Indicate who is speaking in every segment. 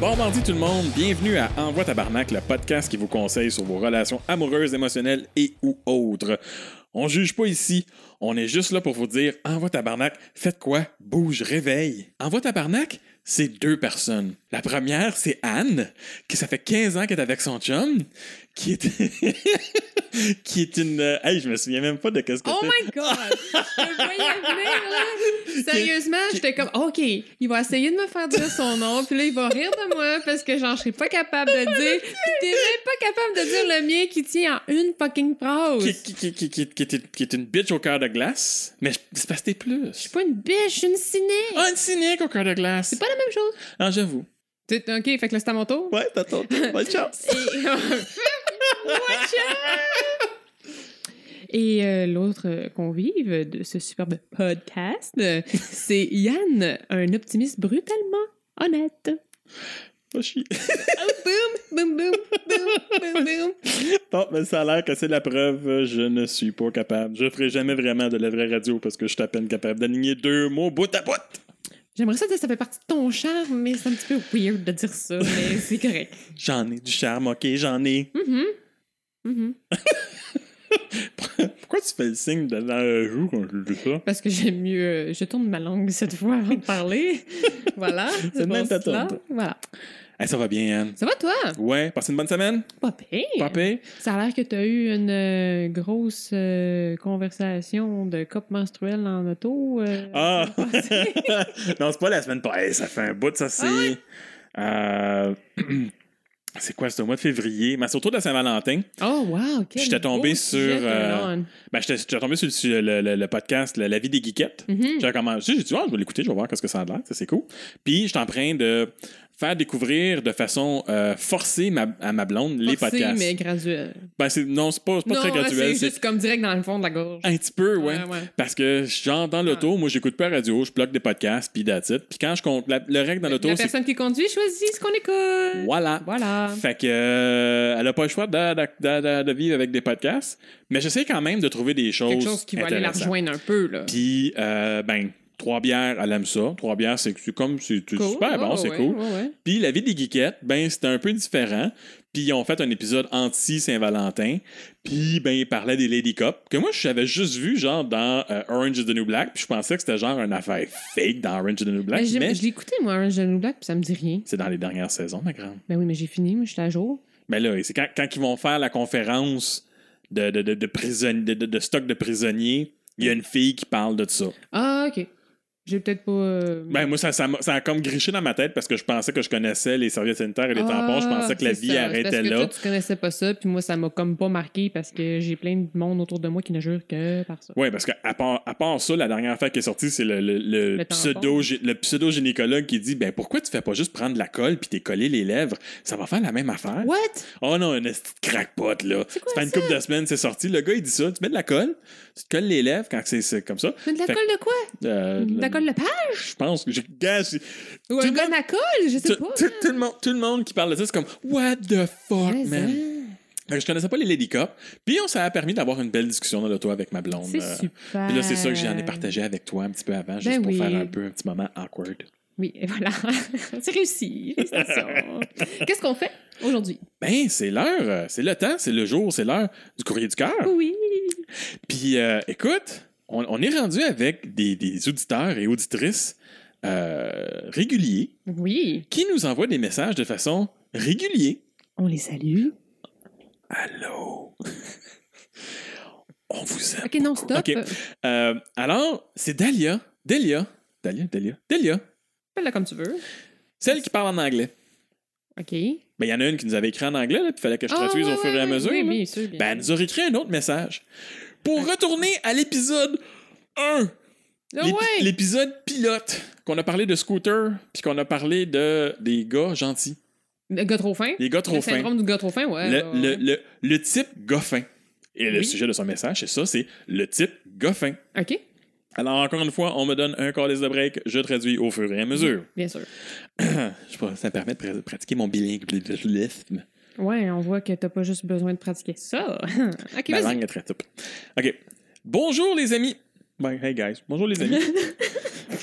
Speaker 1: Bon mardi tout le monde, bienvenue à Envoi Tabarnak, le podcast qui vous conseille sur vos relations amoureuses, émotionnelles et ou autres. On juge pas ici, on est juste là pour vous dire Envoi Tabarnak, faites quoi, bouge, réveille. Envoi Tabarnak, c'est deux personnes. La première, c'est Anne, qui ça fait 15 ans qu'elle est avec son chum, qui est qui est une euh, hey, je me souviens même pas de qu'est-ce que
Speaker 2: Oh
Speaker 1: c'est.
Speaker 2: my god! Je le voyais venir, là! Sérieusement, j'étais comme, OK, il va essayer de me faire dire son nom, puis là, il va rire de moi parce que, genre, je serais pas capable de dire. Puis t'es même pas capable de dire le mien qui tient en une fucking phrase.
Speaker 1: Qui,
Speaker 2: Je
Speaker 1: qui, qui, qui, qui, qui est, qui est une bitch au cœur de glace, mais c'est parce que t'es plus.
Speaker 2: suis pas une biche, je suis une ciné!
Speaker 1: Ah, une cynique au cœur de glace.
Speaker 2: C'est pas la même chose.
Speaker 1: Ah, j'avoue.
Speaker 2: T'es- OK, fait que là, c'est à mon tour.
Speaker 1: Ouais, t'as ton bonne chance.
Speaker 2: Et, euh, Et euh, l'autre euh, convive de ce superbe podcast, euh, c'est Yann, un optimiste brutalement honnête.
Speaker 1: Pas chier.
Speaker 2: Oh, boum, boum, boum, boum, boum, boum.
Speaker 1: Bon, mais ça a l'air que c'est la preuve, euh, je ne suis pas capable. Je ferai jamais vraiment de la vraie radio parce que je suis à peine capable d'aligner deux mots bout à bout.
Speaker 2: J'aimerais ça dire que ça fait partie de ton charme, mais c'est un petit peu weird de dire ça, mais c'est correct.
Speaker 1: J'en ai du charme, ok, j'en ai.
Speaker 2: Mhm. Mhm.
Speaker 1: Pourquoi tu fais le signe de la euh, joue quand je dis ça?
Speaker 2: Parce que j'aime mieux. euh, je tourne ma langue cette fois avant de parler. voilà.
Speaker 1: C'est le même
Speaker 2: pour cela.
Speaker 1: tatouage.
Speaker 2: Voilà.
Speaker 1: Hey, Eh, ça va bien, Anne.
Speaker 2: Ça va, toi?
Speaker 1: Ouais, passez une bonne semaine,
Speaker 2: Pas pire.
Speaker 1: papé?
Speaker 2: Ça a l'air que tu as eu une euh, grosse euh, conversation de cop menstruel en auto. euh,
Speaker 1: Ah!
Speaker 2: la semaine passée.
Speaker 1: non, c'est pas la semaine passée. ça fait un bout, ça, c'est.
Speaker 2: Ah
Speaker 1: Euh,
Speaker 2: ouais?
Speaker 1: C'est quoi, c'est au mois de février? Mais c'est autour de la Saint-Valentin.
Speaker 2: oh, wow. quel
Speaker 1: J'étais tombé
Speaker 2: beau
Speaker 1: sur,
Speaker 2: sujet,
Speaker 1: euh,
Speaker 2: Caroline.
Speaker 1: Ben, j'étais j'étais tombé sur le, sur le- le- le podcast le- La vie des geekettes.
Speaker 2: Mhm.
Speaker 1: J'ai commencé, j'ai dit, Ah, je vais l'écouter, je vais voir qu'est-ce que ça a l'air, ça c'est cool. Puis, j'étais en train de faire découvrir de façon euh, forcée ma- à ma blonde les
Speaker 2: Forcé,
Speaker 1: podcasts.
Speaker 2: mais graduel.
Speaker 1: Ben, c'est- non, c'est pas, c'est pas
Speaker 2: non,
Speaker 1: très
Speaker 2: ouais,
Speaker 1: graduel,
Speaker 2: c'est
Speaker 1: c'est
Speaker 2: juste comme direct dans le fond de la gorge.
Speaker 1: un petit peu, ouais.
Speaker 2: Ouais, ouais.
Speaker 1: Parce que, genre, dans l'auto, moi, j'écoute pas la radio, je bloque des podcasts, puis that's it. Puis quand je compte, la- le règle dans l'auto,
Speaker 2: la
Speaker 1: c'est.
Speaker 2: personne qui conduit choisit ce qu'on écoute.
Speaker 1: Voilà.
Speaker 2: Voilà.
Speaker 1: Fait que, euh, elle a pas le choix de, de- de- de- de vivre avec des podcasts, mais j'essaie quand même de trouver des choses.
Speaker 2: Quelque chose qui va aller la
Speaker 1: intéressantes.
Speaker 2: rejoindre un peu, là.
Speaker 1: Puis, euh, ben, trois bières, elle aime ça. Trois bières, c'est c'est comme, c'est c'est
Speaker 2: Cool.
Speaker 1: super bon,
Speaker 2: Ouais,
Speaker 1: c'est
Speaker 2: ouais,
Speaker 1: cool.
Speaker 2: ouais, ouais.
Speaker 1: Puis, la vie des geekettes, ben, c'était un peu différent. Puis, ils ont fait un épisode anti-Saint-Valentin. Puis, ben, ils parlaient des Lady Cup, que moi, j'avais juste vu, genre, dans euh, Orange is the New Black. Puis, je pensais que c'était genre une affaire fake dans Orange is the New Black.
Speaker 2: Ben, j'ai-
Speaker 1: mais
Speaker 2: Je l'ai écouté, moi, Orange is the New Black, puis ça me dit rien.
Speaker 1: c'est dans les dernières saisons, ma grande.
Speaker 2: Ben oui, mais j'ai fini, moi, je suis à jour.
Speaker 1: Mais là, c'est quand, quand ils vont faire la conférence de, de, de, de, prison- de- de- de stock de prisonniers, il y a une fille qui parle de ça.
Speaker 2: Ah, OK. J'ai peut-être pas... euh,
Speaker 1: Ben, moi, ça, ça, m'a- ça a comme griché dans ma tête parce que je pensais que je connaissais les serviettes sanitaires et les
Speaker 2: Ah,
Speaker 1: tampons. Je pensais que la
Speaker 2: c'est
Speaker 1: vie
Speaker 2: ça.
Speaker 1: arrêtait
Speaker 2: parce que
Speaker 1: là.
Speaker 2: Toi, tu connaissais pas ça, puis moi, ça m'a comme pas marqué parce que j'ai plein de monde autour de moi qui ne jure que par ça.
Speaker 1: Oui, parce que à part, à part ça, la dernière affaire qui est sortie, c'est le, le, le
Speaker 2: Le tampon.
Speaker 1: pseudo, le pseudo-gynécologue qui dit Ben pourquoi tu fais pas juste prendre de la colle puis t'es collé les lèvres Ça va faire la même affaire.
Speaker 2: What?
Speaker 1: Oh non, un esti de crackpot, là.
Speaker 2: C'est
Speaker 1: C'est
Speaker 2: quoi
Speaker 1: pas une couple de semaines, c'est sorti. Le gars, il dit ça Tu mets de la colle, tu te colles les lèvres quand c'est- c'est comme ça.
Speaker 2: Mais de la
Speaker 1: Fait-
Speaker 2: colle de quoi?
Speaker 1: Euh,
Speaker 2: De la colle de page?
Speaker 1: Je pense que j'ai. gars, j'ai- Tout
Speaker 2: Ou un
Speaker 1: le
Speaker 2: gun
Speaker 1: monde-
Speaker 2: à colle? Je
Speaker 1: Tout,
Speaker 2: sais pas.
Speaker 1: tout- tout le monde, tout le monde qui parle de ça, c'est comme What the fuck,
Speaker 2: Mais,
Speaker 1: man?
Speaker 2: hein,
Speaker 1: Fait que je connaissais pas les Lady Cup. Puis on ça a permis d'avoir une belle discussion dans l'auto avec ma blonde.
Speaker 2: C'est
Speaker 1: Euh,
Speaker 2: super.
Speaker 1: Puis là, c'est ça que j'en ai partagé avec toi un petit peu avant, juste
Speaker 2: Euh. Ben
Speaker 1: pour
Speaker 2: oui.
Speaker 1: faire un peu un petit moment awkward.
Speaker 2: Oui, et voilà. c'est réussi. Félicitations. Qu'est-ce qu'on fait aujourd'hui?
Speaker 1: Ben, c'est l'heure, euh, c'est le temps, c'est le jour, c'est l'heure du courrier du cœur.
Speaker 2: Oui.
Speaker 1: Puis euh, écoute, on, on est rendu avec des, des auditeurs et auditrices euh, réguliers
Speaker 2: Oui.
Speaker 1: qui nous envoient des messages de façon régulière.
Speaker 2: On les salue.
Speaker 1: Allô? on vous aime.
Speaker 2: OK, non, stop.
Speaker 1: Ok. Euh, alors, c'est Dahlia. Delia. Dahlia, Delia. Delia.
Speaker 2: Appelle-la comme tu veux.
Speaker 1: Celle qui parle en anglais.
Speaker 2: OK.
Speaker 1: Ben, il y en a une qui nous avait écrit en anglais, là, puis il fallait que je
Speaker 2: Ah,
Speaker 1: traduise
Speaker 2: ouais,
Speaker 1: au fur et à
Speaker 2: ouais,
Speaker 1: mesure.
Speaker 2: Oui,
Speaker 1: là.
Speaker 2: bien sûr. bien
Speaker 1: Ben, elle nous aurait écrit un autre message. Pour retourner à l'épisode 1,
Speaker 2: sûr. Ah
Speaker 1: l'épi-
Speaker 2: ouais.
Speaker 1: l'épisode pilote, qu'on a parlé de scooter, puis qu'on a parlé de des gars gentils,
Speaker 2: Le gars trop fin.
Speaker 1: des gars trop
Speaker 2: le
Speaker 1: fins.
Speaker 2: syndrome du gars trop fin, ouais.
Speaker 1: le,
Speaker 2: ouais,
Speaker 1: le-
Speaker 2: ouais.
Speaker 1: le- le type gars fin. Et le
Speaker 2: Oui.
Speaker 1: sujet de son message, c'est ça, c'est le type gars fin.
Speaker 2: OK,
Speaker 1: Alors, encore une fois, on me donne un calice de break, je traduis au fur et à mesure.
Speaker 2: bien sûr.
Speaker 1: Je sais pas, ça me permet de pra- pratiquer mon bilinguisme.
Speaker 2: Ouais, on voit que t'as pas juste besoin de pratiquer ça. OK,
Speaker 1: Ma
Speaker 2: vas-y.
Speaker 1: langue est très top. OK. Bonjour, les amis. Ben, hey, guys. Bonjour, les amis.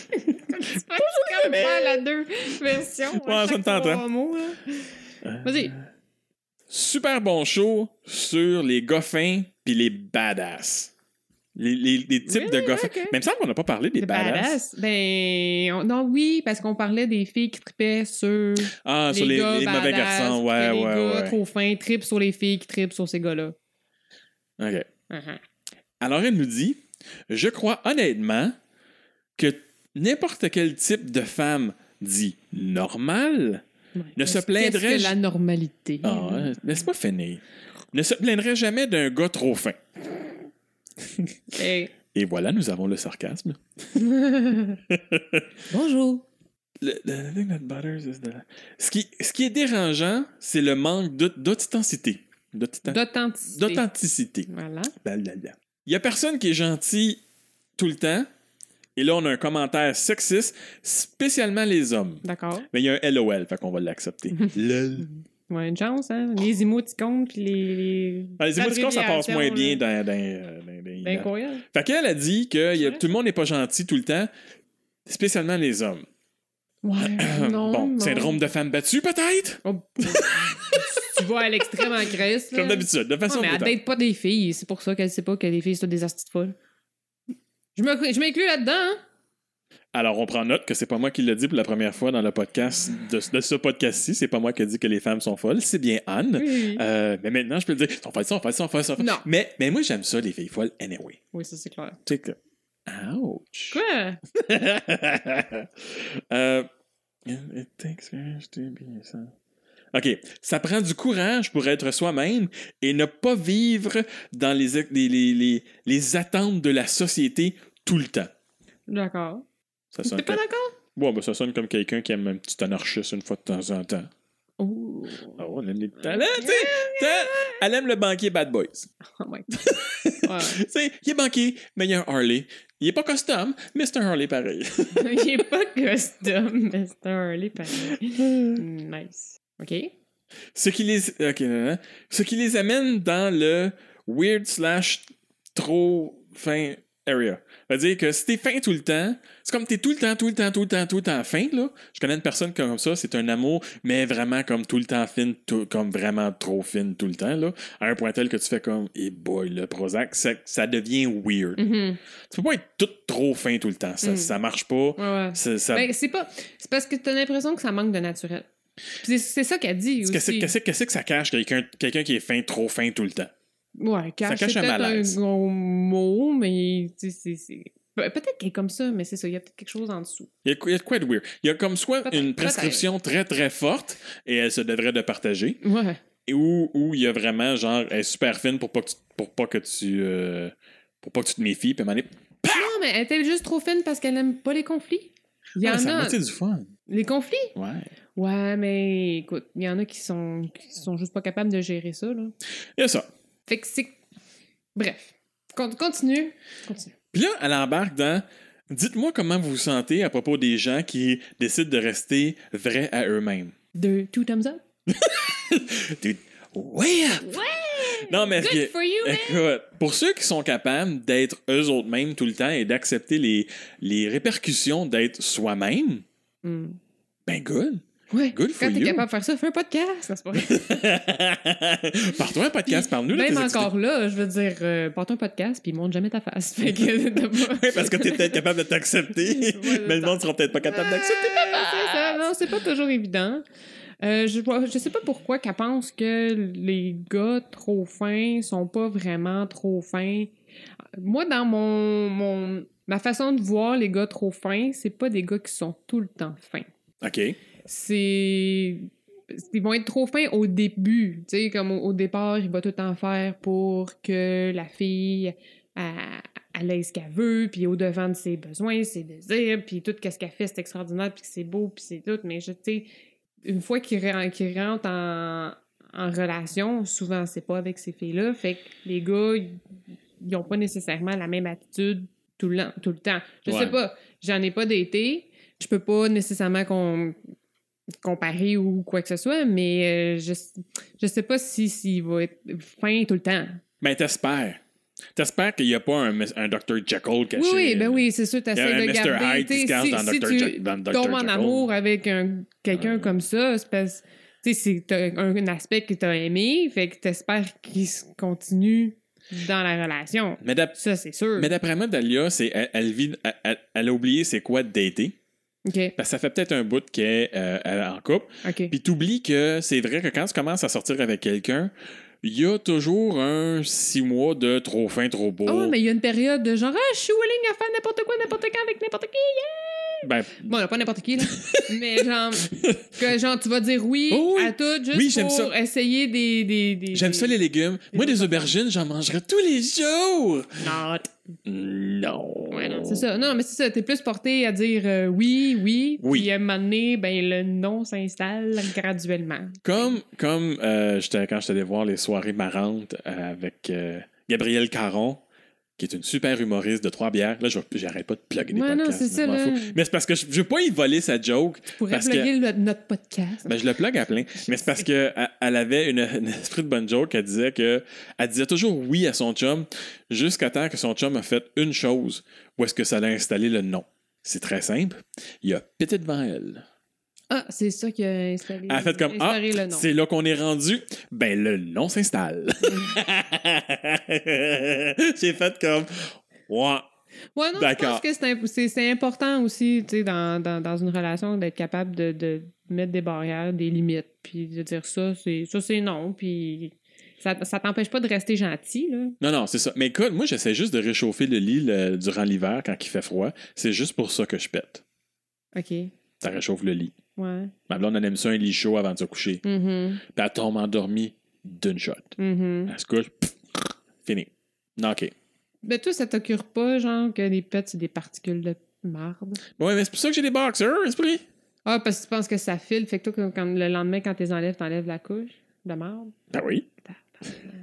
Speaker 2: Bonjour, peut faire la deux versions.
Speaker 1: ben. Ouais,
Speaker 2: à
Speaker 1: ça me hein.
Speaker 2: chaque fois,
Speaker 1: tenterait.
Speaker 2: mot, là.
Speaker 1: Euh,
Speaker 2: Vas-y.
Speaker 1: Super bon show sur les goffins puis les badass. Les, les- les types de
Speaker 2: Really?
Speaker 1: goffins.
Speaker 2: Ok.
Speaker 1: Mais il me semble qu'on n'a pas parlé des
Speaker 2: Des
Speaker 1: badass.
Speaker 2: badass. Ben, on- non, oui, parce qu'on parlait des filles qui tripaient sur
Speaker 1: Ah,
Speaker 2: les,
Speaker 1: sur les,
Speaker 2: gars
Speaker 1: les mauvais
Speaker 2: badass,
Speaker 1: garçons.
Speaker 2: puis
Speaker 1: Ouais,
Speaker 2: que les
Speaker 1: ouais,
Speaker 2: gars
Speaker 1: ouais.
Speaker 2: trop fins tripent sur les filles qui tripent sur ces gars-là.
Speaker 1: OK.
Speaker 2: Uh-huh.
Speaker 1: Alors, elle nous dit Je crois honnêtement que n'importe quel type de femme dit normal
Speaker 2: Ouais.
Speaker 1: Ne se
Speaker 2: Qu'est-ce que
Speaker 1: plaindrais-je-
Speaker 2: la normalité.
Speaker 1: Ah, ouais, laisse-moi finir. Ne se plaindrait jamais d'un gars trop fin.
Speaker 2: Hey.
Speaker 1: Et voilà, nous avons le sarcasme.
Speaker 2: Bonjour.
Speaker 1: Le- the thing that bothers is the- Ce, qui, ce qui est dérangeant, c'est le manque d'aut- d'authenticité. D'authita-
Speaker 2: D'authenticité.
Speaker 1: D'authenticité.
Speaker 2: Voilà.
Speaker 1: Il y a personne qui est gentil tout le temps. Et là, on a un commentaire sexiste, spécialement les hommes.
Speaker 2: D'accord.
Speaker 1: Mais il y a un LOL, fait qu'on va l'accepter. LOL.
Speaker 2: Ouais, une chance, hein? Les émoticônes puis les. les...
Speaker 1: Ah, les émoticons, ça passe moins
Speaker 2: Abréviation,
Speaker 1: bien
Speaker 2: là.
Speaker 1: dans. dans, euh, dans- dans-
Speaker 2: Ben,
Speaker 1: dans-
Speaker 2: courriel.
Speaker 1: Fait qu'elle a dit que y a-
Speaker 2: Ouais.
Speaker 1: tout le monde n'est pas gentil tout le temps, spécialement les hommes.
Speaker 2: Ouais, non.
Speaker 1: bon,
Speaker 2: non.
Speaker 1: syndrome de femme battue, peut-être?
Speaker 2: Oh, tu vas à l'extrême en Grèce.
Speaker 1: Comme d'habitude, de façon
Speaker 2: mais elle
Speaker 1: brutale.
Speaker 2: date pas des filles. C'est pour ça qu'elle sait pas que les filles sont des astuces folles. Je me- je m'inclus là-dedans. hein.
Speaker 1: Alors, on prend note que c'est pas moi qui l'ai dit pour la première fois dans le podcast de, de ce podcast-ci. C'est pas moi qui ai dit que les femmes sont folles, c'est bien Anne.
Speaker 2: Oui, oui.
Speaker 1: Euh, mais maintenant, je peux le dire, on fait ça, on fait ça, on fait ça.
Speaker 2: Non.
Speaker 1: Mais, mais moi, j'aime ça, les filles folles, anyway.
Speaker 2: Oui, ça, c'est clair.
Speaker 1: Tu sais que. Ouch!
Speaker 2: Quoi?
Speaker 1: Euh, it takes courage to be yourself. OK. Ça prend du courage pour être soi-même et ne pas vivre dans les, les, les, les- les attentes de la société tout le temps.
Speaker 2: D'accord.
Speaker 1: Ça
Speaker 2: T'es
Speaker 1: sonne, comme...
Speaker 2: pas d'accord?
Speaker 1: Bon, ben, ça sonne comme quelqu'un qui aime un petit anarchiste une fois de temps en temps.
Speaker 2: Oh.
Speaker 1: Oh, on aime les talents, tu sais. T'as- Elle aime le banquier Bad Boys.
Speaker 2: Oh my god. Ouais.
Speaker 1: Tu sais, il est banquier, mais il y a un Harley. Il est pas custom, mais c'est un Harley pareil.
Speaker 2: Il est pas custom, mais c'est un Harley pareil. Nice. OK.
Speaker 1: Ce qui les, ok, non, non. ce qui les amène dans le weird slash trop fin area. C'est-à-dire que si t'es fin tout le temps, c'est comme t'es tout le temps, tout le temps, tout le temps, tout le temps fin, là. Je connais une personne comme ça, c'est un amour, mais vraiment comme tout le temps fine, tout- comme vraiment trop fine tout le temps, là. À un point tel que tu fais comme, et boy, le Prozac, ça, ça devient weird.
Speaker 2: Mhm.
Speaker 1: Tu peux pas être tout trop fin tout le temps, ça,
Speaker 2: Mm.
Speaker 1: ça marche pas.
Speaker 2: Ouais, ouais.
Speaker 1: Ça, ça-
Speaker 2: Ben, c'est pas. C'est parce que t'as l'impression que ça manque de naturel. Puis C'est c'est ça qu'elle dit aussi.
Speaker 1: Qu'est-ce qu'est-ce- qu'est-ce que ça cache, quelqu'un quelqu'un qui est fin, trop fin tout le temps?
Speaker 2: Ouais, cache,
Speaker 1: cache
Speaker 2: c'est
Speaker 1: un
Speaker 2: peut-être
Speaker 1: malaise.
Speaker 2: un gros mot, mais tu sais, c'est- c'est- Pe- peut-être qu'elle est comme ça, mais c'est ça, il y a peut-être quelque chose en dessous.
Speaker 1: Il y, a, quoi- il y a de quoi de weird. Il y a comme soit
Speaker 2: Peut-être,
Speaker 1: une prescription très très forte et elle se devrait de partager,
Speaker 2: Ouais.
Speaker 1: et ou, ou il y a vraiment genre elle est super fine pour pas que tu, pour pas que tu euh, pour pas que tu te méfies puis à un moment donné,
Speaker 2: Non, mais elle était juste trop fine parce qu'elle aime pas les conflits. Il y
Speaker 1: ah,
Speaker 2: en
Speaker 1: c'est la
Speaker 2: a.
Speaker 1: moitié du fun.
Speaker 2: Les conflits?
Speaker 1: Ouais.
Speaker 2: Ouais, mais écoute, il y en a qui sont, qui sont juste pas capables de gérer ça, là.
Speaker 1: Il y a ça.
Speaker 2: Fait que c'est. Bref. Con- continue. Continue.
Speaker 1: Puis là elle embarque dans dites-moi comment vous vous sentez à propos des gens qui décident de rester vrais à eux-mêmes.
Speaker 2: Deux, two thumbs up.
Speaker 1: Ouais. Non mais
Speaker 2: Good for you, man!
Speaker 1: Écoute, pour ceux qui sont capables d'être eux autres mêmes tout le temps et d'accepter les, les répercussions d'être soi-même,
Speaker 2: Hmm.
Speaker 1: ben good.
Speaker 2: Ouais.
Speaker 1: Good for
Speaker 2: Quand t'es
Speaker 1: you.
Speaker 2: capable de faire ça, fais un podcast, non, c'est pas vrai.
Speaker 1: Partout un podcast, parle-nous de
Speaker 2: Même
Speaker 1: tes activités.
Speaker 2: encore là, je veux dire, euh, porte un podcast puis monte jamais ta face. Fait que t'as pas-
Speaker 1: Ouais, parce que t'es peut-être capable de t'accepter,
Speaker 2: Ouais,
Speaker 1: mais le monde sera peut-être pas capable d'accepter.
Speaker 2: Ah, c'est ça. Non, c'est pas toujours évident. Euh, je, vois- je sais pas pourquoi qu'elle pense que les gars trop fins sont pas vraiment trop fins. Moi, dans mon, mon- ma façon de voir les gars trop fins, c'est pas des gars qui sont tout le temps fins.
Speaker 1: OK.
Speaker 2: c'est ils vont être trop fins au début, tu sais, comme au, au départ, il va tout en faire pour que la fille elle, elle ait ce qu'elle veut, puis au devant de ses besoins, ses désirs, puis tout ce qu'elle fait, c'est extraordinaire, puis que c'est beau, puis c'est tout. Mais je, tu sais, une fois qu'ils ren- qu'ils rentrent en, en relation, souvent c'est pas avec ces filles-là, fait que les gars, ils- ils ont pas nécessairement la même attitude tout le, tout le temps. Je
Speaker 1: Ouais.
Speaker 2: sais pas, j'en ai pas d'été, je peux pas nécessairement com- comparer ou quoi que ce soit, mais euh, je, je sais pas si s'il va être fin tout le temps.
Speaker 1: Mais Ben, t'espères. T'espères qu'il n'y a pas un, un Dr. Jekyll caché.
Speaker 2: Oui, oui, ben oui, c'est sûr,
Speaker 1: Il y a
Speaker 2: t'essaies
Speaker 1: un
Speaker 2: de
Speaker 1: Mr.
Speaker 2: garder.
Speaker 1: Hyde qui se
Speaker 2: t'sais,
Speaker 1: cache
Speaker 2: si,
Speaker 1: dans
Speaker 2: si
Speaker 1: Dr.
Speaker 2: tu
Speaker 1: Jack- dans Dr.
Speaker 2: tombes en
Speaker 1: Jekyll.
Speaker 2: amour avec un- quelqu'un
Speaker 1: Ouais.
Speaker 2: comme ça, c'est parce t'sais, c'est t'as un aspect que t'as aimé, fait que t'espères qu'il se continue dans la relation.
Speaker 1: Mais d'ap-
Speaker 2: Ça, c'est sûr.
Speaker 1: mais d'après moi, Dahlia, c'est, elle, elle vit, elle, elle- elle a oublié c'est quoi de dater.
Speaker 2: OK,
Speaker 1: Parce que ça fait peut-être un bout qu'elle est euh, elle est en couple.
Speaker 2: OK.
Speaker 1: Puis t'oublies que c'est vrai que quand tu commences à sortir avec quelqu'un, il y a toujours un six mois de trop fin, trop beau.
Speaker 2: Oh, mais il y a une période de genre, ah, je suis willing à faire n'importe quoi, n'importe quand, avec n'importe qui.
Speaker 1: Ben,
Speaker 2: Bon, là, pas n'importe qui, là. mais genre, que genre, tu vas dire oui
Speaker 1: Oh oui.
Speaker 2: à tout juste
Speaker 1: Oui, j'aime
Speaker 2: pour
Speaker 1: ça.
Speaker 2: essayer des. des, des
Speaker 1: j'aime ça les légumes. Moi, des aubergines, j'en mangerai tous les jours.
Speaker 2: Non,
Speaker 1: Non.
Speaker 2: Ouais, non, c'est ça. Non, mais c'est ça. T'es plus porté à dire euh, oui, oui.
Speaker 1: Oui.
Speaker 2: Puis à un moment donné, ben, le non s'installe graduellement.
Speaker 1: Comme, comme euh, j'étais- quand j'étais allé voir les soirées marrantes avec euh, Gabrielle Caron, qui est une super humoriste de trois bières. Là, je- j'arrête pas de plugger des
Speaker 2: Ouais, non,
Speaker 1: podcasts.
Speaker 2: c'est ça,
Speaker 1: mais je m'en
Speaker 2: là.
Speaker 1: fous. Mais c'est parce que je, je veux pas y voler sa joke.
Speaker 2: Tu pourrais
Speaker 1: Parce que-
Speaker 2: plugger le- notre podcast.
Speaker 1: Ben, je le plug à plein. Mais c'est parce que elle- elle avait une, une esprit de bonne joke. Elle disait que elle disait toujours oui à son chum jusqu'à temps que son chum a fait une chose où est-ce que ça l'a installé le non. C'est très simple. Il a pété devant elle.
Speaker 2: Ah, c'est ça qui a installé.
Speaker 1: Elle a fait comme Ah,
Speaker 2: installé le nom.
Speaker 1: c'est là qu'on est rendu. Ben, le non s'installe. J'ai fait comme Ouais.
Speaker 2: Ouais, non, je
Speaker 1: D'accord.
Speaker 2: pense que c'est imp- c'est c'est important aussi, tu sais, dans, dans, dans une relation, d'être capable de, de mettre des barrières, des limites, puis de dire ça, c'est ça, c'est non, puis ça, ça t'empêche pas de rester gentil, là.
Speaker 1: Non, non, c'est ça. Mais écoute, moi, j'essaie juste de réchauffer le lit le- durant l'hiver quand il fait froid. C'est juste pour ça que je pète.
Speaker 2: OK,
Speaker 1: Ça réchauffe le lit.
Speaker 2: ouais.
Speaker 1: Ma blonde, elle aime ça un lit chaud avant de se coucher.
Speaker 2: Mhm,
Speaker 1: Puis elle tombe endormie d'une shot.
Speaker 2: mhm.
Speaker 1: Elle se couche, pff, fini. Non, OK.
Speaker 2: Ben, toi, ça t'occupe pas, genre, que les pets, c'est des particules de marde.
Speaker 1: Ouais, mais c'est pour ça que j'ai des boxers, esprit.
Speaker 2: Ah, parce que tu penses que ça file, fait que toi, quand, quand- le lendemain, quand t'es enlèves, t'enlèves la couche de marde.
Speaker 1: Ben oui.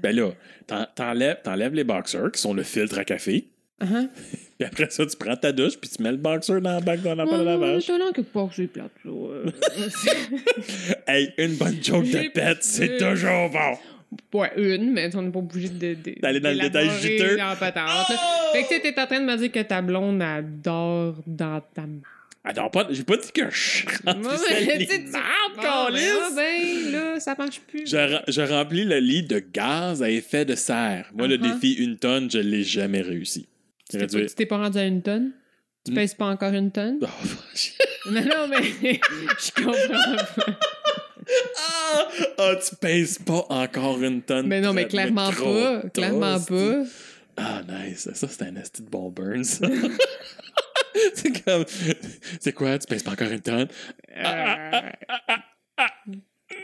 Speaker 1: Ben là, t'en- t'enlèves, t'enlèves les boxers qui sont le filtre à café.
Speaker 2: Ah, hein?
Speaker 1: Puis après ça, tu prends ta douche, puis tu mets le boxer dans la bague dans la
Speaker 2: Ouais,
Speaker 1: pelle à
Speaker 2: ouais,
Speaker 1: lavage.
Speaker 2: Je te l'en que pas, c'est plate, ça. euh.
Speaker 1: Hey, une bonne joke de
Speaker 2: J'ai-
Speaker 1: pète, c'est
Speaker 2: Euh,
Speaker 1: toujours bon.
Speaker 2: pas une, mais on n'est pas obligé de. de-
Speaker 1: D'aller dans le détail
Speaker 2: d'élaborer
Speaker 1: juteux.
Speaker 2: dans la patente, là. Ah, Fait que tu sais, t'es en train de me dire que ta blonde adore dans ta marde.
Speaker 1: Attends, Ah, pas, j'ai pas dit que je
Speaker 2: Moi,
Speaker 1: remplissais le
Speaker 2: mais
Speaker 1: lit
Speaker 2: tu sais,
Speaker 1: de
Speaker 2: tu-
Speaker 1: marde,
Speaker 2: Bon, ben,
Speaker 1: câlisse.
Speaker 2: ah, ben, là, ça marche plus.
Speaker 1: Je, re- je remplis le lit de gaz à effet de serre. Moi, le
Speaker 2: Uh-huh.
Speaker 1: défi une tonne, je l'ai jamais réussi.
Speaker 2: Tu t'es pas-
Speaker 1: Réduire.
Speaker 2: tu t'es pas rendu à une tonne? Tu
Speaker 1: Mm.
Speaker 2: pèses pas encore une tonne?
Speaker 1: Oh,
Speaker 2: Non, non, mais je comprends pas.
Speaker 1: Ah, Ah, tu pèses pas encore une tonne.
Speaker 2: Mais non, mais
Speaker 1: de
Speaker 2: clairement
Speaker 1: métro.
Speaker 2: pas. Clairement
Speaker 1: Toast.
Speaker 2: pas.
Speaker 1: Ah, nice. Ça, c'est un esti de bon burn, ça. c'est comme. C'est quoi, tu pèses pas encore une tonne? Ah,
Speaker 2: Euh,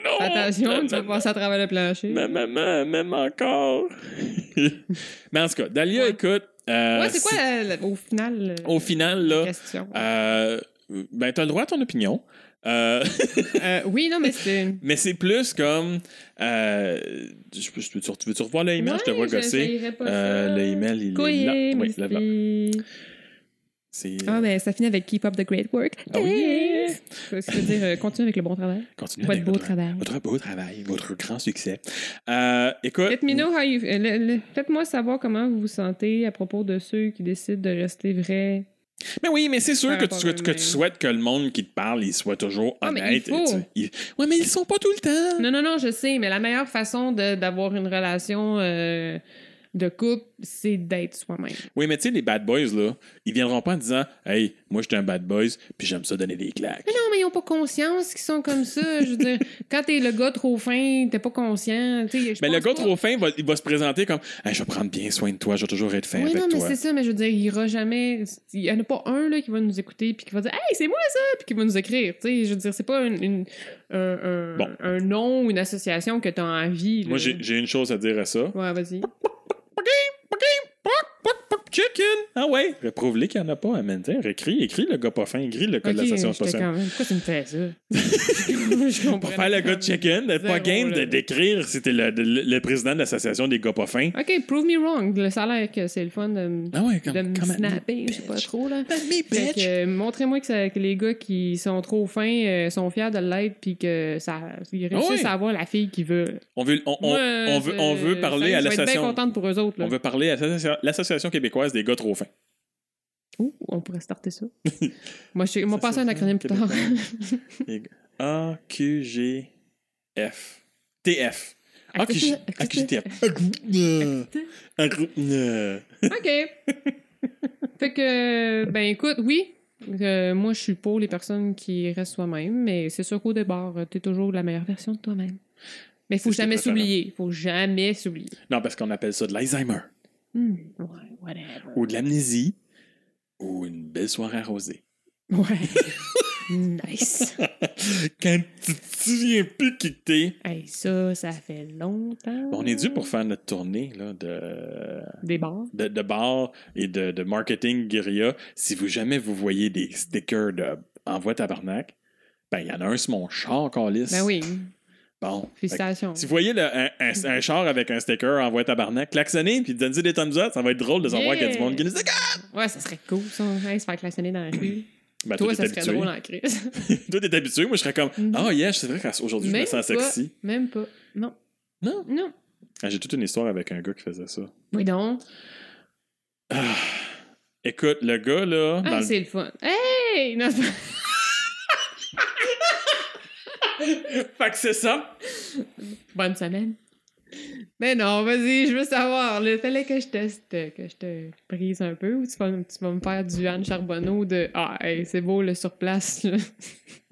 Speaker 1: Non!
Speaker 2: attention, tu vas
Speaker 1: maman,
Speaker 2: passer à travers le plancher.
Speaker 1: ma maman, même encore. mais en tout cas, Dalia,
Speaker 2: Ouais.
Speaker 1: écoute. euh,
Speaker 2: ouais, c'est quoi,
Speaker 1: si-
Speaker 2: la- la- au final, euh, la
Speaker 1: Au final, là.
Speaker 2: question?
Speaker 1: Euh, ben, t'as le droit à ton opinion. Euh,
Speaker 2: Euh, oui, non, mais c'est...
Speaker 1: mais c'est plus comme. Euh, je, peux- je peux- tu veux-tu revoir l'email? je te vois gosser. Euh, le email, il est là. Oui, là, là. C'est. euh,
Speaker 2: Ah, ben, ça finit avec Keep Up the Great Work.
Speaker 1: Ah oui.
Speaker 2: C'est ce que je veux dire, euh, continue avec le bon travail.
Speaker 1: Continue
Speaker 2: Votre
Speaker 1: avec
Speaker 2: beau
Speaker 1: votre,
Speaker 2: travail.
Speaker 1: votre beau travail, votre grand succès. Euh, écoute.
Speaker 2: Let me know how you- euh, le- le- Faites-moi savoir comment vous vous sentez à propos de ceux qui décident de rester vrais.
Speaker 1: Mais oui, mais c'est sûr
Speaker 2: Par
Speaker 1: que tu,
Speaker 2: rapport
Speaker 1: souhaites,
Speaker 2: à
Speaker 1: que tu
Speaker 2: eux-mêmes.
Speaker 1: souhaites que le monde qui te parle, il soit toujours
Speaker 2: Ah, mais il
Speaker 1: honnête. et
Speaker 2: faut.
Speaker 1: tu- il- Ouais, mais ils sont pas tout le temps.
Speaker 2: Non, non, non, je sais, mais la meilleure façon de- d'avoir une relation euh, de couple, c'est d'être soi-même.
Speaker 1: Oui, mais tu sais, les bad boys, là, ils viendront pas en disant Hey, moi, j'étais un bad boys, puis j'aime ça donner des claques.
Speaker 2: Mais non, mais ils n'ont pas conscience qu'ils sont comme ça. Je veux dire, quand t'es le gars trop fin, t'es pas conscient. tu sais, je
Speaker 1: Mais le
Speaker 2: pense
Speaker 1: gars
Speaker 2: pas-
Speaker 1: trop fin, va, il va se présenter comme hey, Je vais prendre bien soin de toi, je vais toujours être fin
Speaker 2: Oui,
Speaker 1: avec
Speaker 2: non, mais
Speaker 1: toi.
Speaker 2: c'est ça, mais je veux dire, il ira jamais. Il n'y en a pas un là, qui va nous écouter puis qui va dire Hey, c'est moi ça! puis qui va nous écrire. Tu sais, je veux dire, c'est pas une, une- un, un,
Speaker 1: Bon.
Speaker 2: un nom ou une association que tu as envie. là.
Speaker 1: Moi, j'ai j'ai une chose à dire à ça.
Speaker 2: Ouais, vas-y.
Speaker 1: Chicken! Ah ouais? Prouve-les qu'il n'y en a pas à Mentir. Écris, écris le gars pas fin, écris le gars de la station
Speaker 2: j'étais
Speaker 1: spatiale.
Speaker 2: quand même, pourquoi tu me fais ça? je comprends.
Speaker 1: Pour faire le gars de chicken, d'être pas
Speaker 2: Zéro,
Speaker 1: game
Speaker 2: là.
Speaker 1: de- d'écrire si t'es le, le- le président de l'association des gars pas fins.
Speaker 2: OK, prove me wrong. Le salaire que c'est le fun de, m-
Speaker 1: Ah ouais,
Speaker 2: de me snapper, je sais pas trop, là. Fait
Speaker 1: bitch!
Speaker 2: que, euh, montrez-moi que, ça- que les gars qui sont trop fins euh, sont fiers de l'être puis que ça ils
Speaker 1: Ah
Speaker 2: réussissent
Speaker 1: ouais.
Speaker 2: à avoir la fille qu'ils veulent.
Speaker 1: On veut, on, on-
Speaker 2: Moi,
Speaker 1: on veut, on veut
Speaker 2: euh,
Speaker 1: parler
Speaker 2: ça,
Speaker 1: à
Speaker 2: je vais être bien
Speaker 1: l'association.
Speaker 2: contente pour eux autres. là.
Speaker 1: On veut parler à l'associa- l'association québécoise des gars trop fins.
Speaker 2: Ouh, on pourrait starter ça. moi, je,
Speaker 1: Ça,
Speaker 2: moi
Speaker 1: ça
Speaker 2: passer un
Speaker 1: fait
Speaker 2: acronyme plus tard.
Speaker 1: A, Q, G, F. TF. A, Q, G, A, Q, G, TF. Un groupe. euh,
Speaker 2: OK. fait que, ben écoute, oui. euh, moi, je suis pour les personnes qui restent soi-même, mais c'est sûr qu'au départ, euh, t'es toujours la meilleure version de toi-même. Mais
Speaker 1: C'est
Speaker 2: faut
Speaker 1: ce qui est
Speaker 2: jamais
Speaker 1: préférable.
Speaker 2: s'oublier. Faut jamais s'oublier.
Speaker 1: Non, parce qu'on appelle ça de l'Alzheimer
Speaker 2: Hmm, Ouais, whatever.
Speaker 1: ou de l'amnésie ou une belle soirée arrosée.
Speaker 2: Ouais. nice.
Speaker 1: Quand tu te souviens plus qui t'es.
Speaker 2: Hey, ça, ça fait longtemps.
Speaker 1: On est dû pour faire notre tournée là, de,
Speaker 2: Des bars.
Speaker 1: de, de bar et de, de marketing guérilla. Si vous jamais vous voyez des stickers de Envoie tabarnak, ben il y en a un sur mon char, Calis.
Speaker 2: Ben oui,
Speaker 1: Bon. Fait que
Speaker 2: félicitations.
Speaker 1: Si vous voyez le- un, un- un char avec un sticker Envoie tabarnak, klaxonnez puis donnez des thumbs up, ça va être drôle de savoir qu'il y a du monde qui nous dit
Speaker 2: Ouais, ça serait cool, ça. Hey, se faire klaxonner dans la rue.
Speaker 1: Ben, toi,
Speaker 2: Toi, ça
Speaker 1: t'es
Speaker 2: serait
Speaker 1: habitué.
Speaker 2: drôle hein. en crise.
Speaker 1: toi, t'es habitué. Moi, je serais comme
Speaker 2: Mhm.
Speaker 1: Ah, yeah, c'est vrai qu'aujourd'hui, je me
Speaker 2: Même
Speaker 1: sens
Speaker 2: pas.
Speaker 1: sexy.
Speaker 2: Même pas. Non.
Speaker 1: Non?
Speaker 2: Non.
Speaker 1: Ah, J'ai toute une histoire avec un gars qui faisait ça.
Speaker 2: Oui, donc.
Speaker 1: Ah. Écoute, le gars, là. dans
Speaker 2: Ah,
Speaker 1: le-
Speaker 2: c'est le fun. Hey! Non, c'est pas-
Speaker 1: Fait que c'est ça.
Speaker 2: Bonne semaine. Mais non, vas-y, je veux savoir. Il fallait que je teste, que je te brise un peu ou tu vas, tu vas me faire du Anne Charbonneau de Ah, hey, c'est beau le sur place. là.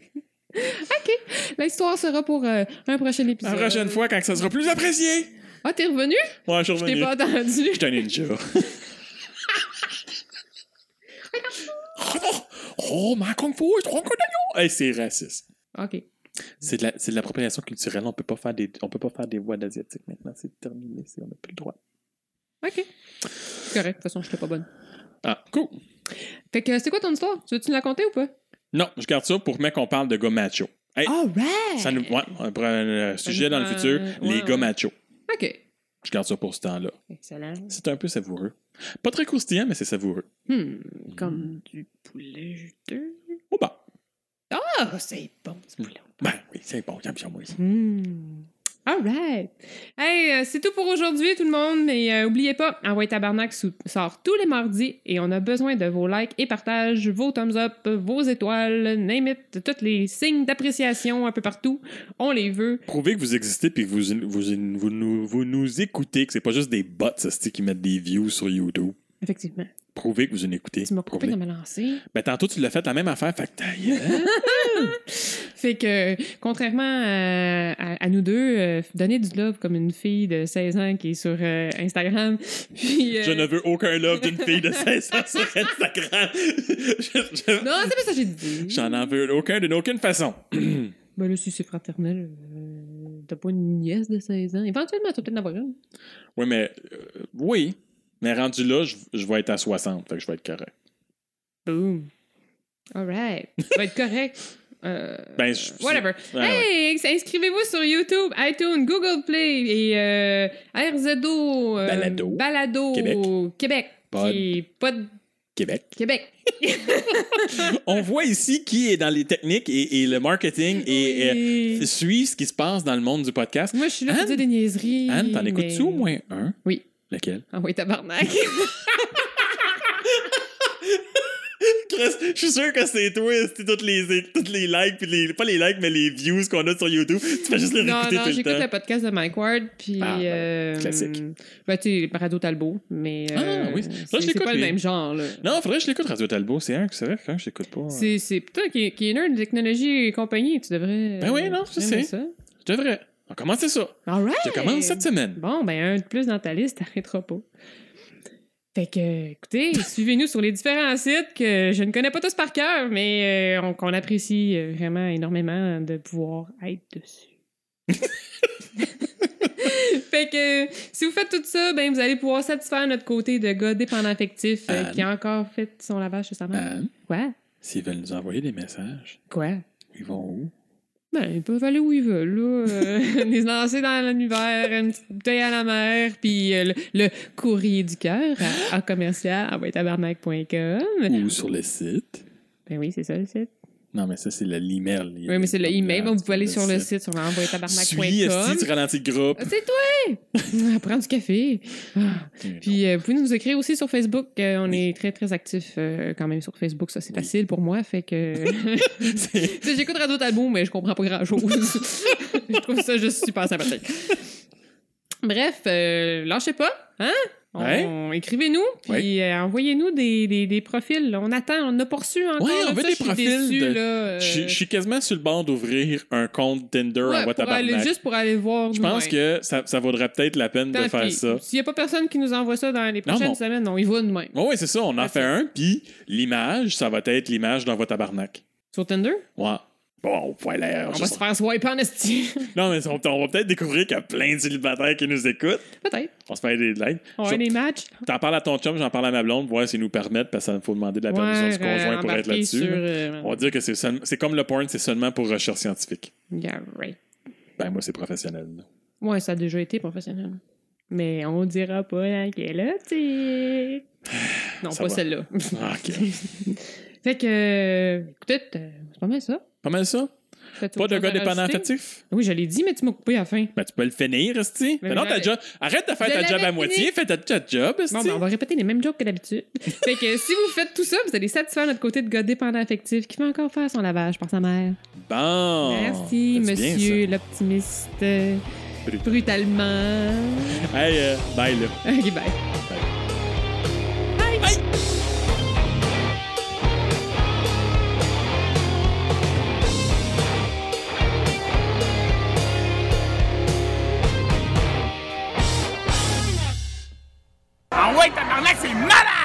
Speaker 2: OK. L'histoire sera pour euh, un prochain
Speaker 1: La
Speaker 2: épisode.
Speaker 1: prochaine fois, quand ça sera plus apprécié.
Speaker 2: Ah, t'es revenu?
Speaker 1: Ouais, je suis
Speaker 2: Je t'ai
Speaker 1: revenu.
Speaker 2: pas entendu.
Speaker 1: J'étais un ninja. oh, ma kung fu, je trouve que Hey, c'est raciste.
Speaker 2: OK.
Speaker 1: C'est de la- c'est de l'appropriation culturelle. On peut pas faire des, on peut pas faire des voix d'asiatiques maintenant. C'est terminé. c'est- On n'a plus le droit.
Speaker 2: OK. C'est correct. De toute façon, j'étais pas bonne.
Speaker 1: Ah, cool.
Speaker 2: Fait que, c'est quoi ton histoire? Tu veux-tu nous la conter ou pas?
Speaker 1: Non, je garde ça pour mec qu'on parle de gars macho. Hey,
Speaker 2: All right!
Speaker 1: Ça nous, ouais, on prend un euh, sujet dans le
Speaker 2: prend,
Speaker 1: futur,
Speaker 2: euh,
Speaker 1: les
Speaker 2: ouais,
Speaker 1: gars
Speaker 2: ouais.
Speaker 1: machos.
Speaker 2: OK.
Speaker 1: Je garde ça pour ce temps-là.
Speaker 2: Excellent.
Speaker 1: C'est un peu savoureux. Pas très croustillant, mais c'est savoureux.
Speaker 2: Hmm, comme du poulet juteux.
Speaker 1: Oh bah,
Speaker 2: Ah, c'est bon, ce poulet.
Speaker 1: ben oui, c'est bon, j'aime bien moi aussi.
Speaker 2: Hmm. All right. Hey, euh, c'est tout pour aujourd'hui, tout le monde. Mais euh, oubliez pas, Envoyez Tabarnak sou- sort tous les mardis et on a besoin de vos likes et partages, vos thumbs up, vos étoiles, name it, tous les signes d'appréciation un peu partout. On les veut.
Speaker 1: Prouvez que vous existez puis que vous, vous, vous nous, vous nous écoutez, que c'est pas juste des bots hostie, qui mettent des views sur YouTube.
Speaker 2: Effectivement.
Speaker 1: Prouvez que vous nous écoutez.
Speaker 2: Tu m'as coupé
Speaker 1: Prouvez.
Speaker 2: de me lancer.
Speaker 1: Ben tantôt, tu l'as fait la même affaire, fait que ta gueule.
Speaker 2: Fait que, contrairement à, à- à nous deux, euh, donnez du love comme une fille de 16 ans qui est sur euh, Instagram. Puis, euh,
Speaker 1: Je ne veux aucun love d'une fille de 16 ans sur Instagram. Je- je-
Speaker 2: Non, c'est pas ça que j'ai dit.
Speaker 1: J'en en veux aucun d'une aucune façon.
Speaker 2: Ben là, si c'est fraternel, euh, t'as pas une nièce de 16 ans. Éventuellement, t'as peut-être en avoir une.
Speaker 1: Oui, mais. euh, oui. Mais rendu là, je, je vais être à 60, fait que je vais être correct.
Speaker 2: Boom. All right. Ça va être correct. Euh,
Speaker 1: Ben, je-
Speaker 2: whatever.
Speaker 1: Ouais, ouais.
Speaker 2: Hey, ins- inscrivez-vous sur YouTube, iTunes, Google Play et euh, RZO. euh,
Speaker 1: Balado.
Speaker 2: Balado.
Speaker 1: Québec.
Speaker 2: Québec.
Speaker 1: Pod.
Speaker 2: Qui- Pod.
Speaker 1: Québec.
Speaker 2: Québec.
Speaker 1: On voit ici qui est dans les techniques et, et le marketing et
Speaker 2: Oui.
Speaker 1: euh, suit ce qui se passe dans le monde du podcast.
Speaker 2: Moi, je suis là pour
Speaker 1: Anne-
Speaker 2: dire des niaiseries.
Speaker 1: Anne, t'en
Speaker 2: mais-
Speaker 1: écoutes-tu au moins un?
Speaker 2: Oui.
Speaker 1: Lequel?
Speaker 2: Ah oui, tabarnak.
Speaker 1: Chris, je suis sûr que c'est toi, c'est toutes les, toutes les likes, puis les, pas les likes, mais les views qu'on a sur YouTube. Tu fais juste les
Speaker 2: non,
Speaker 1: réécouter
Speaker 2: non,
Speaker 1: tout le
Speaker 2: j'écoute
Speaker 1: temps.
Speaker 2: le podcast de Mike Ward, puis...
Speaker 1: Ah, ben,
Speaker 2: euh,
Speaker 1: classique.
Speaker 2: Ben, tu sais, Parado Talbot, mais...
Speaker 1: Ah,
Speaker 2: euh,
Speaker 1: oui. Là, je
Speaker 2: c'est- C'est
Speaker 1: l'écoute,
Speaker 2: pas le
Speaker 1: lui.
Speaker 2: même genre, là.
Speaker 1: Non, faudrait que je l'écoute Radio Talbot. C'est un que c'est vrai que quand je l'écoute pas. euh,
Speaker 2: C'est c'est- putain qui, qui est nerd de technologie et compagnie, tu devrais...
Speaker 1: Ben oui, non, je
Speaker 2: je
Speaker 1: sais. Je devrais. On commence c'est ça.
Speaker 2: All right!
Speaker 1: Je commence cette semaine.
Speaker 2: Bon, ben un de plus dans ta liste, t'arrêteras pas. Fait que, euh, écoutez, suivez-nous sur les différents sites que je ne connais pas tous par cœur, mais euh, on- qu'on apprécie euh, vraiment énormément de pouvoir être dessus. fait que euh, si vous faites tout ça, ben vous allez pouvoir satisfaire notre côté de gars dépendant affectif euh,
Speaker 1: Anne.
Speaker 2: qui a encore fait son lavage chez sa mère.
Speaker 1: Anne,
Speaker 2: Quoi?
Speaker 1: s'ils veulent nous envoyer des messages,
Speaker 2: Quoi?
Speaker 1: ils vont où?
Speaker 2: Ben, ils peuvent aller où ils veulent, là. Euh, les lancer dans l'univers, une petite bouteille à la mer, puis euh, le, le courrier du cœur à, à commercial, à tabarnak.com.
Speaker 1: Ou sur le site?
Speaker 2: Ben oui, c'est ça le site.
Speaker 1: Non, mais ça, c'est le- l'email. Il y a
Speaker 2: Oui, mais
Speaker 1: des
Speaker 2: c'est le email.
Speaker 1: formulaires
Speaker 2: donc vous pouvez aller sur le
Speaker 1: site.
Speaker 2: site, sur
Speaker 1: Suis,
Speaker 2: l'envoyetabarnak.com.
Speaker 1: esti, tu ralentis le groupe.
Speaker 2: Ah, C'est toi! Prends du café. Ah. Puis euh, vous pouvez nous écrire aussi sur Facebook. Euh, on
Speaker 1: Oui.
Speaker 2: est très, très actifs euh, quand même sur Facebook. Ça, c'est
Speaker 1: Oui.
Speaker 2: facile pour moi. Fait que.
Speaker 1: C'est-
Speaker 2: Tu sais, J'écoute Radio Talbot, mais je comprends pas grand chose. je trouve ça juste super sympathique. Bref, euh, lâchez pas, hein? On- Écrivez-nous, puis euh, envoyez-nous des, des, des profils. là. On attend, on n'a pas reçu encore.
Speaker 1: Ouais, on
Speaker 2: là,
Speaker 1: veut
Speaker 2: ça,
Speaker 1: des
Speaker 2: je suis
Speaker 1: profils
Speaker 2: déçue,
Speaker 1: de-
Speaker 2: là, euh,
Speaker 1: Je suis- je suis quasiment sur le bord d'ouvrir un compte Tinder
Speaker 2: ouais,
Speaker 1: en voie
Speaker 2: pour aller-
Speaker 1: tabarnak.
Speaker 2: juste pour aller voir.
Speaker 1: Je pense que ça, ça vaudrait peut-être la peine de faire ça.
Speaker 2: S'il n'y a pas personne qui nous envoie ça dans les
Speaker 1: Non,
Speaker 2: prochaines
Speaker 1: non.
Speaker 2: semaines, on y va nous-mêmes.
Speaker 1: Oui, ouais, c'est ça, on en
Speaker 2: Parfait.
Speaker 1: fait un, puis l'image, ça va être l'image dans votre tabarnak.
Speaker 2: Sur Tinder,
Speaker 1: Ouais. Bon, voilà.
Speaker 2: on
Speaker 1: je
Speaker 2: va
Speaker 1: sais-
Speaker 2: se faire swiper en esti.
Speaker 1: Non, mais on, on va peut-être découvrir qu'il y a plein de célibataires qui nous écoutent.
Speaker 2: Peut-être.
Speaker 1: On se fait des likes.
Speaker 2: On a
Speaker 1: Je-
Speaker 2: des matchs.
Speaker 1: T'en parles à ton chum, j'en parle à ma blonde, voir s'ils nous permettent, parce qu'il faut demander de la permission
Speaker 2: Ouais,
Speaker 1: du conjoint
Speaker 2: euh,
Speaker 1: pour être
Speaker 2: embarquer
Speaker 1: là-dessus.
Speaker 2: sur,
Speaker 1: là.
Speaker 2: euh,
Speaker 1: On va dire que c'est seulement- c'est comme le porn, c'est seulement pour recherche scientifique.
Speaker 2: yeah, right.
Speaker 1: Ben, moi, c'est professionnel. là.
Speaker 2: Ouais, ça a déjà été professionnel. Mais on dira pas laquelle, là, tu Non,
Speaker 1: Ça
Speaker 2: pas
Speaker 1: va.
Speaker 2: celle-là.
Speaker 1: Ah, OK.
Speaker 2: fait que, euh, écoutez, euh, c'est pas mal ça.
Speaker 1: Pas mal ça?
Speaker 2: T'as-tu
Speaker 1: Pas
Speaker 2: autre
Speaker 1: de
Speaker 2: chose
Speaker 1: gars
Speaker 2: à
Speaker 1: dépendant
Speaker 2: rajouter?
Speaker 1: affectif?
Speaker 2: Oui, je l'ai dit, mais tu m'as coupé à la fin.
Speaker 1: Ben, tu peux le finir, Esti.
Speaker 2: Mais
Speaker 1: Ben non,
Speaker 2: j'avais-
Speaker 1: ta job. Arrête de faire
Speaker 2: Je
Speaker 1: ta job
Speaker 2: l'avais
Speaker 1: à moitié, fais ta, ta job, Esti.
Speaker 2: Bon, ben, on va répéter les mêmes jokes que d'habitude. fait que si vous faites tout ça, vous allez satisfaire notre côté de gars dépendant affectif qui fait encore faire son lavage par sa mère.
Speaker 1: Bon.
Speaker 2: Merci,
Speaker 1: Oh, C'est bien,
Speaker 2: monsieur l'optimiste. euh,
Speaker 1: Brut.
Speaker 2: Brutalement.
Speaker 1: ça. Hey, euh, bye, là.
Speaker 2: ok, bye.
Speaker 3: Ah ouais, tabarnak, c'est malade!